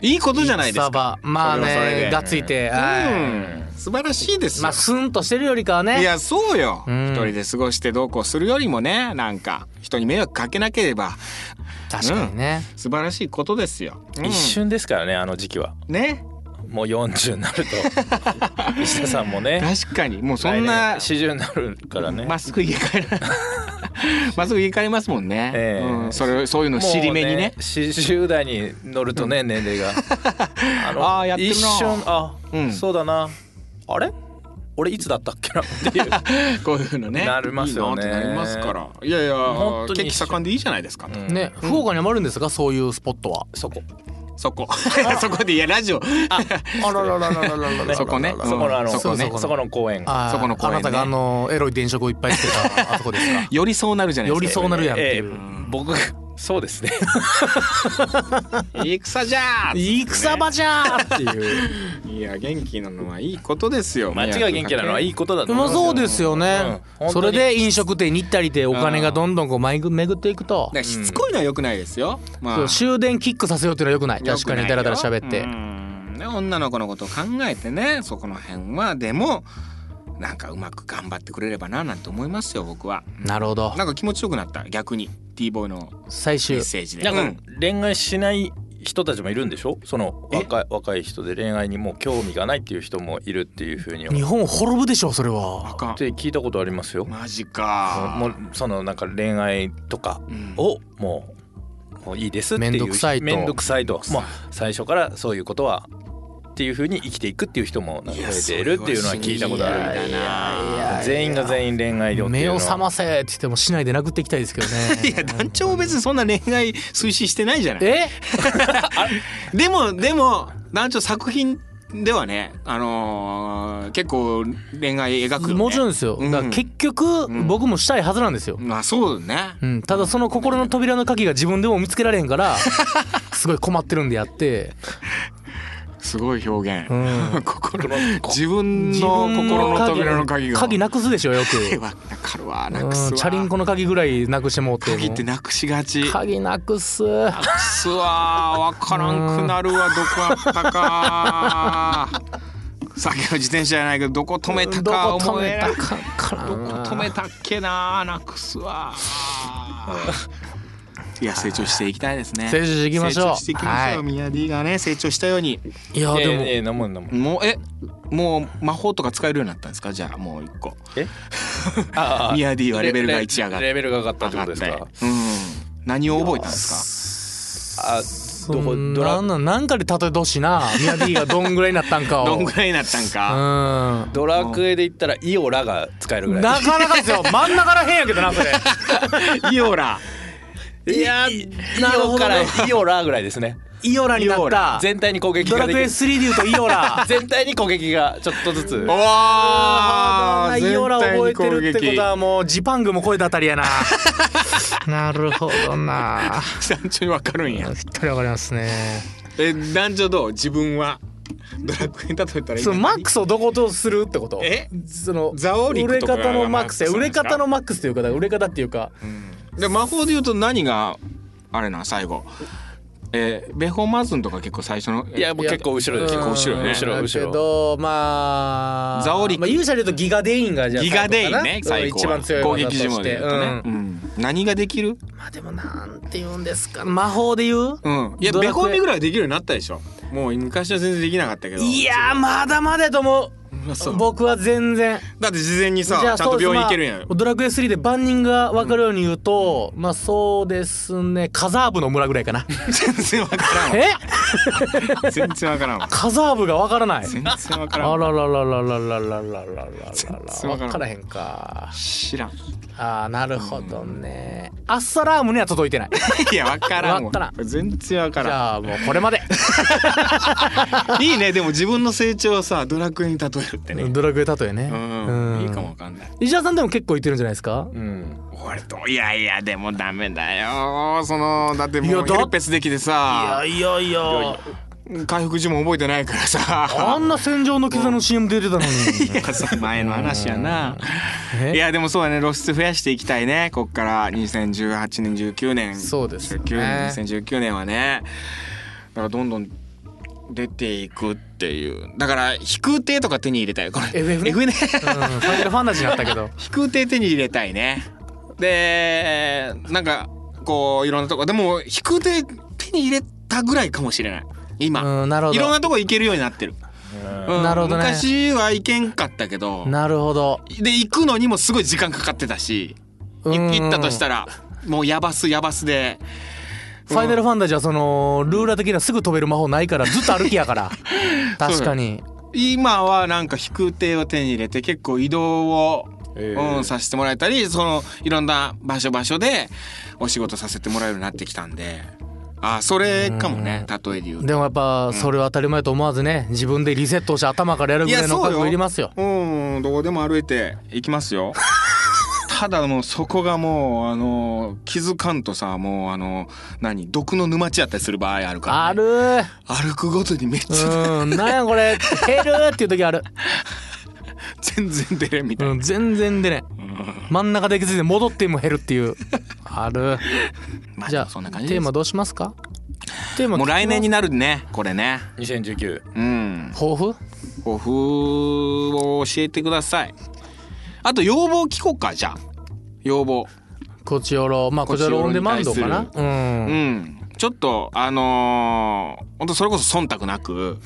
[SPEAKER 1] いいことじゃないです
[SPEAKER 2] 草
[SPEAKER 1] か
[SPEAKER 2] 場まあ
[SPEAKER 1] それはそれ
[SPEAKER 2] ね
[SPEAKER 1] で
[SPEAKER 2] がついて
[SPEAKER 1] うん素晴らしいですよ、
[SPEAKER 2] まあスンとしてるよりかはいね
[SPEAKER 1] やそうよ
[SPEAKER 2] うん
[SPEAKER 1] 一人で過ごしてどうこうするよりもねなんか人に迷惑かけなければ
[SPEAKER 2] 確かにね
[SPEAKER 1] 素晴らしいことですよ、うん
[SPEAKER 3] 一瞬ですからねあの時期は
[SPEAKER 1] ね
[SPEAKER 3] もう40にな
[SPEAKER 1] <laughs>
[SPEAKER 3] ると石田さんもね
[SPEAKER 1] 確かにもうそんな
[SPEAKER 3] 四十になるからね
[SPEAKER 1] まっすぐ家帰ら
[SPEAKER 2] <laughs>
[SPEAKER 1] まっすぐ家帰りますもんね、
[SPEAKER 3] ええ
[SPEAKER 1] うん、それそういうの尻目にね
[SPEAKER 3] 四十代に乗るとね年
[SPEAKER 1] <laughs>
[SPEAKER 3] 齢があ
[SPEAKER 1] あーやってるな
[SPEAKER 3] 一瞬あ、
[SPEAKER 1] うん
[SPEAKER 3] そうだなあれ俺いつだったっけなっていう
[SPEAKER 1] <laughs> こういうのね
[SPEAKER 3] なりますよね
[SPEAKER 1] いいなってなりますからいやいや
[SPEAKER 3] 本当に
[SPEAKER 1] 景気盛んでいいじゃないですか、と
[SPEAKER 3] うん
[SPEAKER 2] ね福岡にもあるんですかそういうスポットは
[SPEAKER 3] そこ
[SPEAKER 1] そこそこでいやラジオ
[SPEAKER 2] あらららららら
[SPEAKER 1] そこね
[SPEAKER 3] そこのあの
[SPEAKER 1] そこね
[SPEAKER 3] そこの公園
[SPEAKER 2] あー
[SPEAKER 1] そこの公園ね
[SPEAKER 2] あなたがあのエロい電飾をいっぱいつけたあそこですか
[SPEAKER 1] 寄りそうなる <laughs> じゃない
[SPEAKER 2] よ
[SPEAKER 1] で
[SPEAKER 2] り
[SPEAKER 1] すか
[SPEAKER 2] そうなるやんって
[SPEAKER 3] え
[SPEAKER 2] い
[SPEAKER 3] え
[SPEAKER 2] う
[SPEAKER 3] 僕そうで
[SPEAKER 1] <laughs>
[SPEAKER 3] すね
[SPEAKER 1] いい戦じゃー
[SPEAKER 2] 戦場じゃーっていう。
[SPEAKER 1] いや元気なのはいいことですよ
[SPEAKER 3] 街が元気なのはいいことだと
[SPEAKER 2] ま
[SPEAKER 3] 思
[SPEAKER 2] あ
[SPEAKER 3] います
[SPEAKER 2] そうですよね。
[SPEAKER 3] うん
[SPEAKER 2] それで飲食店に行ったりでお金がどんどんこう巡巡っていくと
[SPEAKER 1] だか。らしつこいのは良くないですよ、ま
[SPEAKER 2] そう
[SPEAKER 1] あ
[SPEAKER 2] 終電キックさせようっていうのはよくない
[SPEAKER 1] 良
[SPEAKER 2] 確
[SPEAKER 1] くな
[SPEAKER 2] か
[SPEAKER 1] いよ
[SPEAKER 2] にダラダラ喋って
[SPEAKER 1] うんね女の子のことを考えてねそこの辺はでもなんかうまく頑張ってくれればななんて思いますよ僕は
[SPEAKER 2] なるほど
[SPEAKER 1] なんか気持ちよくなった逆に T ボーイの
[SPEAKER 2] 最
[SPEAKER 1] メ
[SPEAKER 2] 終
[SPEAKER 1] ッセージで
[SPEAKER 3] なんか恋愛しない人たちもいるんでしょその
[SPEAKER 1] え
[SPEAKER 3] 若い若い人で恋愛にもう興味がないっていう人もいるっていうふうに
[SPEAKER 2] 日
[SPEAKER 3] っ
[SPEAKER 2] 本滅ぶでしょそれ
[SPEAKER 1] あ
[SPEAKER 2] は
[SPEAKER 1] かん
[SPEAKER 3] て聞いたことありますよ。
[SPEAKER 1] マジ
[SPEAKER 3] その
[SPEAKER 1] か
[SPEAKER 3] もうそのなんか恋愛とか
[SPEAKER 1] うん
[SPEAKER 3] をもうもういいですっていう
[SPEAKER 2] めんどくさいと
[SPEAKER 3] めんどくさいともう最初からそういうことはっていうふうに生きていくっていう人もなんか増えているっていうのは聞いたことあるみたい
[SPEAKER 1] いや
[SPEAKER 3] な全員が全員恋愛量っていう
[SPEAKER 2] 目
[SPEAKER 3] の
[SPEAKER 2] を
[SPEAKER 3] は
[SPEAKER 2] 覚ませって言ってもしないで殴っていきたいですけど
[SPEAKER 1] <laughs> いや
[SPEAKER 2] ね
[SPEAKER 1] 団長も別にそんな恋愛推進してないじゃない
[SPEAKER 2] え
[SPEAKER 1] でもでも団長作品ではねあのー結構恋愛描くよね
[SPEAKER 2] もちろんですよ
[SPEAKER 1] うん
[SPEAKER 2] だから結局
[SPEAKER 1] ん
[SPEAKER 2] 僕もしたいはずなんですよ
[SPEAKER 1] まあそうだね
[SPEAKER 2] うん、ただその心の扉の鍵が自分でも見つけられへんから
[SPEAKER 1] <laughs>
[SPEAKER 2] すごい困ってるんでやって、
[SPEAKER 1] すごい表現
[SPEAKER 2] う
[SPEAKER 1] <laughs>
[SPEAKER 2] ん、
[SPEAKER 1] 心自分
[SPEAKER 2] 自
[SPEAKER 1] の
[SPEAKER 2] 分
[SPEAKER 1] 心の扉の鍵が
[SPEAKER 2] 鍵なくすでしょよく、
[SPEAKER 1] わかるわなくす
[SPEAKER 2] う
[SPEAKER 1] わ
[SPEAKER 2] ん、チャリンコの鍵ぐらいなくしてもうても
[SPEAKER 1] 鍵ってなくしがち
[SPEAKER 2] 鍵なくす
[SPEAKER 1] なくすわわからんくなるわどこあったか <laughs> さっきの自転車じゃないけどどこ止めたか
[SPEAKER 2] どこ止
[SPEAKER 1] 思え
[SPEAKER 2] め
[SPEAKER 1] な
[SPEAKER 2] た
[SPEAKER 1] い
[SPEAKER 2] かんから
[SPEAKER 1] どこ止めたっけななくすわ <laughs> いや成長していきたいですね
[SPEAKER 2] 成長していきましょ
[SPEAKER 1] 成長
[SPEAKER 2] う
[SPEAKER 1] していきましょう、
[SPEAKER 2] はい
[SPEAKER 1] ミヤディがね成長したように
[SPEAKER 2] いや
[SPEAKER 3] いやいやい
[SPEAKER 2] で
[SPEAKER 3] やなんもなんも
[SPEAKER 1] もうえもう魔法とか使えるようになったんですかじゃあもう一個
[SPEAKER 3] えああ
[SPEAKER 1] ミヤディはレベルが一上がっ
[SPEAKER 3] レレベルが上がったってことです
[SPEAKER 1] 上が
[SPEAKER 3] か
[SPEAKER 1] ってうん何を覚えたんです
[SPEAKER 3] あ
[SPEAKER 2] も
[SPEAKER 3] ど
[SPEAKER 2] どこ
[SPEAKER 3] こド
[SPEAKER 2] ド
[SPEAKER 3] ラ
[SPEAKER 2] ラなんなんかで例えてほしいなミヤディがどんぐらいになったんか
[SPEAKER 1] か
[SPEAKER 2] を
[SPEAKER 1] <laughs> どんぐらいになったん
[SPEAKER 2] <laughs>
[SPEAKER 1] か
[SPEAKER 2] うん
[SPEAKER 3] ドラクエで言ったらイオラが使えるぐらい
[SPEAKER 2] なかなかですよ真ん中らへんやけどなそれ
[SPEAKER 1] イオラ
[SPEAKER 3] いやイ
[SPEAKER 2] なるほ
[SPEAKER 3] オ
[SPEAKER 2] ど
[SPEAKER 3] からイオラぐらいですね
[SPEAKER 2] <laughs> イオラにな
[SPEAKER 1] イオ
[SPEAKER 2] っ
[SPEAKER 1] ラ
[SPEAKER 2] た
[SPEAKER 3] 全体に攻撃
[SPEAKER 2] ド
[SPEAKER 3] が
[SPEAKER 2] ラ
[SPEAKER 3] で
[SPEAKER 2] ク
[SPEAKER 3] き
[SPEAKER 2] エ
[SPEAKER 3] る
[SPEAKER 2] 3で言うとイ
[SPEAKER 1] <laughs>
[SPEAKER 2] オラ
[SPEAKER 3] 全体に攻撃がちょっとずつ
[SPEAKER 1] お
[SPEAKER 2] あ
[SPEAKER 1] ー
[SPEAKER 2] ーイオラ覚えてるっ
[SPEAKER 1] 全体に
[SPEAKER 2] てこと
[SPEAKER 1] 攻
[SPEAKER 2] はもうジパングも超えたあたりやな <laughs> なるほど <laughs> な
[SPEAKER 1] 撃 <laughs> 団長に分かるんや
[SPEAKER 2] ぴったりわかりますね
[SPEAKER 1] え団長どう自分は <laughs> ドラクエに例えたらいい
[SPEAKER 2] そのマックスをどことするってこと
[SPEAKER 1] え
[SPEAKER 2] その
[SPEAKER 1] ザオリ
[SPEAKER 2] 売
[SPEAKER 1] ク
[SPEAKER 2] れ
[SPEAKER 1] とかが
[SPEAKER 2] 方のマックスや
[SPEAKER 1] マックスな
[SPEAKER 2] 売
[SPEAKER 1] ん
[SPEAKER 2] れ
[SPEAKER 1] ですか
[SPEAKER 2] 方のマックスというかだから売れ方っていうか
[SPEAKER 1] で魔法で言うと何があれなん最後えー、ベホマズンとか結構最初の
[SPEAKER 3] いやもう結構後ろです
[SPEAKER 1] 結構後ろよね
[SPEAKER 3] 後ろ後
[SPEAKER 2] だけ
[SPEAKER 3] ろ
[SPEAKER 2] どまあ
[SPEAKER 1] ザオリク
[SPEAKER 2] まあ、勇者で言うとギガデインがじゃあ
[SPEAKER 1] ギガデインね最
[SPEAKER 2] 最高
[SPEAKER 1] 高
[SPEAKER 2] かなうん一番強い
[SPEAKER 1] 攻
[SPEAKER 2] 技と
[SPEAKER 1] 撃
[SPEAKER 2] して
[SPEAKER 1] 呪文で言うとね、
[SPEAKER 2] う
[SPEAKER 1] うんん何ができる
[SPEAKER 2] まあでもなんて言うんですか魔法で言う、
[SPEAKER 1] うんいや
[SPEAKER 2] ドラ
[SPEAKER 1] ベ
[SPEAKER 2] クエ
[SPEAKER 1] ホメぐらいはできるようになったでしょもう昔は全然できなかったけど
[SPEAKER 2] いやーまだまだやと思
[SPEAKER 1] あそう
[SPEAKER 2] う僕は全然
[SPEAKER 1] だって事前にさち
[SPEAKER 2] じ
[SPEAKER 1] ゃ
[SPEAKER 2] ゃあ
[SPEAKER 1] んと病院行けるやん、
[SPEAKER 2] そうですまあドラクエ3で万人が分かるように言うと、まあそうですねカザーブの村ぐらいかな
[SPEAKER 1] <laughs> 全然わからんわ
[SPEAKER 2] え
[SPEAKER 1] 全然わからん
[SPEAKER 2] <laughs>
[SPEAKER 1] わ
[SPEAKER 2] カザーブが分からない
[SPEAKER 1] 全然わからん
[SPEAKER 2] あ
[SPEAKER 1] わ
[SPEAKER 2] ららららららららららら
[SPEAKER 1] 然わからん
[SPEAKER 2] 分からへんか
[SPEAKER 1] 知らん
[SPEAKER 2] ああなるほどねアッサラームには届いてないじ
[SPEAKER 1] <laughs> いやわからん
[SPEAKER 2] わから
[SPEAKER 1] わ全然わからん
[SPEAKER 2] ゃあもうこれまで
[SPEAKER 1] いいねでも自分の成長をさドラクエに例えるってね
[SPEAKER 2] <laughs> ドラクエ例えね
[SPEAKER 1] うん、
[SPEAKER 2] うん
[SPEAKER 1] いいかもわかんない
[SPEAKER 2] 石田さんでも結構言ってるんじゃないですか
[SPEAKER 3] うん
[SPEAKER 1] 俺といやいやでもダメだよそのだって
[SPEAKER 2] いや
[SPEAKER 1] もう
[SPEAKER 2] だ
[SPEAKER 1] ヘルペスできてさ
[SPEAKER 2] いやいや
[SPEAKER 1] 回復呪文覚えてないから
[SPEAKER 2] あ
[SPEAKER 1] さ
[SPEAKER 2] んな戦場の絆の CM 出てたのに
[SPEAKER 1] いやその前の話やな
[SPEAKER 2] え
[SPEAKER 1] いやでもそうだね露出増やしていきたいねこっから2018年19年
[SPEAKER 2] そうですよね
[SPEAKER 1] 19年2019年はねだからどんどん出ていくっていうだから飛空艇とか手に入れたいこれ
[SPEAKER 2] FF ね
[SPEAKER 1] FF ね
[SPEAKER 2] うん、ファイナルファンタジーだったけど
[SPEAKER 1] 飛空艇手に入れたいねでなんかこういろんなとこでも飛空艇手に入れたぐらいかもしれない今
[SPEAKER 2] うんなるほど
[SPEAKER 1] いろんなとこ行けるようになってる、うん
[SPEAKER 2] なるほどね
[SPEAKER 1] 昔は行けんかったけど
[SPEAKER 2] なるほど
[SPEAKER 1] で行くのにもすごい時間かかってたしい
[SPEAKER 2] うん
[SPEAKER 1] 行ったとしたらもうやばすやばすで
[SPEAKER 2] ファイナルファンタジーはそのルーラー的にはすぐ飛べる魔法ないからずっと歩きやから <laughs> 確かに
[SPEAKER 1] 今はなんか飛空艇を手に入れて結構移動を、
[SPEAKER 3] ええ
[SPEAKER 1] うん、させてもらえたりそのいろんな場所場所でお仕事させてもらえるようになってきたんであそれかもね例えで言うと。
[SPEAKER 2] でもやっぱそれは当たり前と思わずね自分でリセットをして頭からやるぐらいの覚悟いりますよ
[SPEAKER 1] うんどこでも歩いて行きます
[SPEAKER 2] <laughs>
[SPEAKER 1] よただもうそこがもうあの気づかんとさもうあの何毒の沼地やったりする場合あるから、
[SPEAKER 2] ある
[SPEAKER 1] 歩くごとにめっちゃ
[SPEAKER 2] ー
[SPEAKER 1] <laughs>
[SPEAKER 2] うんなんやこれ減るっていう時ある、
[SPEAKER 1] 全然出れんみたいな、
[SPEAKER 2] うん、全然出ね真ん中で気づいて戻っても減るっていうある
[SPEAKER 1] ま
[SPEAKER 2] じゃあ
[SPEAKER 1] そんな感じ
[SPEAKER 2] テ
[SPEAKER 1] で
[SPEAKER 2] ー
[SPEAKER 1] す
[SPEAKER 2] マどうしますかテーマ
[SPEAKER 1] もう来年になるねこれね
[SPEAKER 3] 2019
[SPEAKER 1] うん
[SPEAKER 2] 抱負
[SPEAKER 1] 抱負を教えてくださいあと要望聞こうかじゃあ要望
[SPEAKER 2] こちよろまあこちよろオンデマンドかな
[SPEAKER 1] こ
[SPEAKER 2] うん、
[SPEAKER 1] うんちょっとあのー、本当それこそ忖度なく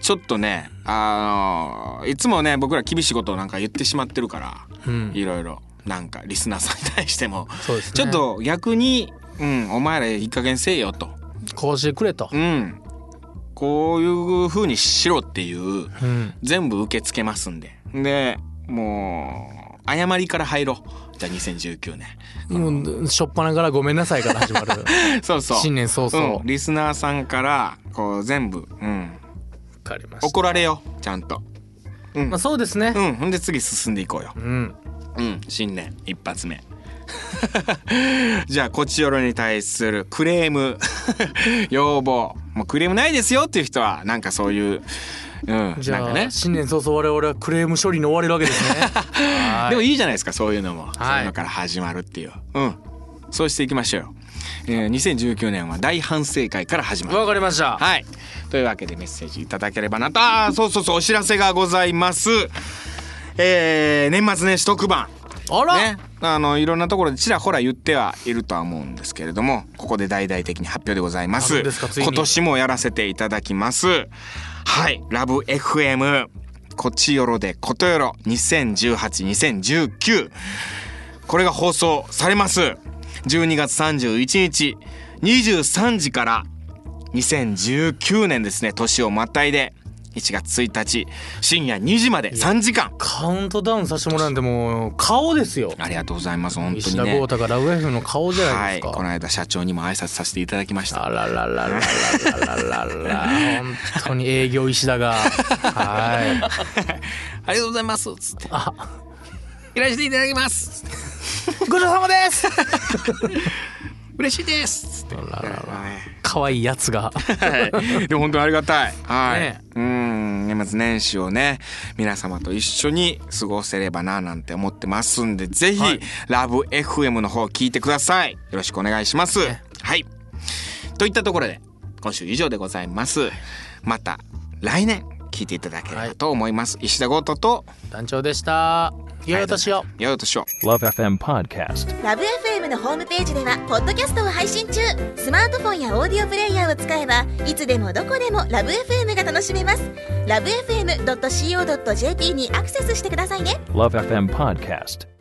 [SPEAKER 1] ちょっとねあのーいつもね僕ら厳しいことをなんか言ってしまってるから、
[SPEAKER 2] うん
[SPEAKER 1] いろいろなんかリスナーさんに対しても、
[SPEAKER 2] そうですね
[SPEAKER 1] ちょっと逆に、うん、お前らいい加減せえよと、
[SPEAKER 2] こうしてくれと
[SPEAKER 1] う、ん、こういう風にしろっていう
[SPEAKER 2] うん、
[SPEAKER 1] 全部受け付けますんででもう誤りから入ろうじゃあ2019年
[SPEAKER 2] もうしょっぱなからごめんなさいから始まる
[SPEAKER 1] <laughs> そうそう
[SPEAKER 2] 新年早々、
[SPEAKER 1] うん、リスナーさんからこう全部、うん、
[SPEAKER 2] わかりました
[SPEAKER 1] 怒られよちゃんとうん、
[SPEAKER 2] まあそうですね
[SPEAKER 1] うん、ほんで次進んでいこうよ
[SPEAKER 2] うん、
[SPEAKER 1] うん新年一発目 <laughs> じゃあこっちよろに対するクレーム <laughs> 要望もうクレームないですよっていう人はなんかそういううん
[SPEAKER 2] じ
[SPEAKER 1] なん
[SPEAKER 2] ゃあ、
[SPEAKER 1] かね
[SPEAKER 2] 新年早々我々はクレーム処理に追われるわけですねはい
[SPEAKER 1] でもいいじゃないですかそういうのも、
[SPEAKER 2] い
[SPEAKER 1] そういうのから始まるっていううんそうしていきましょうよ、えー、2019年は大反省会から始まる
[SPEAKER 2] わかりました
[SPEAKER 1] はい。というわけでメッセージいただければなと。あーそうそうそう、お知らせがございます。えー、年末年始特番。
[SPEAKER 2] あら、
[SPEAKER 1] ね。あの、いろんなところでちらほら言ってはいるとは思うんですけれども、ここで大々的に発表でございま
[SPEAKER 2] あそ
[SPEAKER 1] す。
[SPEAKER 2] うですかついに
[SPEAKER 1] 今年もやらせていただきます。はい。ラブ FM。こちよろでことよろ2018-2019。これが放送されます12月31日23時から2019年ですね年をまたいで1月1日深夜2時まで3時間
[SPEAKER 2] カウントダウンさせてもらうんでもう顔ですよ
[SPEAKER 1] ありがとうございます本当
[SPEAKER 2] 石
[SPEAKER 1] に
[SPEAKER 2] 田豪
[SPEAKER 1] ね
[SPEAKER 2] 太がラブ F の顔じゃな
[SPEAKER 1] はいい
[SPEAKER 2] ですか、
[SPEAKER 1] この間社長にも挨拶させていただきました
[SPEAKER 2] あらららららららら本当に営業石田がはい
[SPEAKER 1] ありがとうございますつって
[SPEAKER 2] あ
[SPEAKER 1] いらしていただきます
[SPEAKER 2] ごちそうさまです
[SPEAKER 1] <laughs> 嬉しいですつって
[SPEAKER 2] あららら可愛いやつが
[SPEAKER 1] でも本当にありがたい。はい。
[SPEAKER 2] ね
[SPEAKER 1] うん、年末年始をね、皆様と一緒に過ごせればななんて思ってますんで、ぜひ、
[SPEAKER 2] はい
[SPEAKER 1] ラブ FM の方聞いてください。よろしくお願いします。
[SPEAKER 2] ね
[SPEAKER 1] はい。といったところで、今週以上でございます。また来年聞いていただければと思います。石田豪太と、
[SPEAKER 2] 団長でした良いお年を
[SPEAKER 1] よいとしょう。
[SPEAKER 4] Love FM Podcast.
[SPEAKER 5] ラブ f m のホームページではポッドキャストを配信中スマートフォンやオーディオプレイヤーを使えばいつでもどこでもラブ f m が楽しめますラブ FM.co.jp にアクセスしてくださいね
[SPEAKER 4] Love FM Podcast.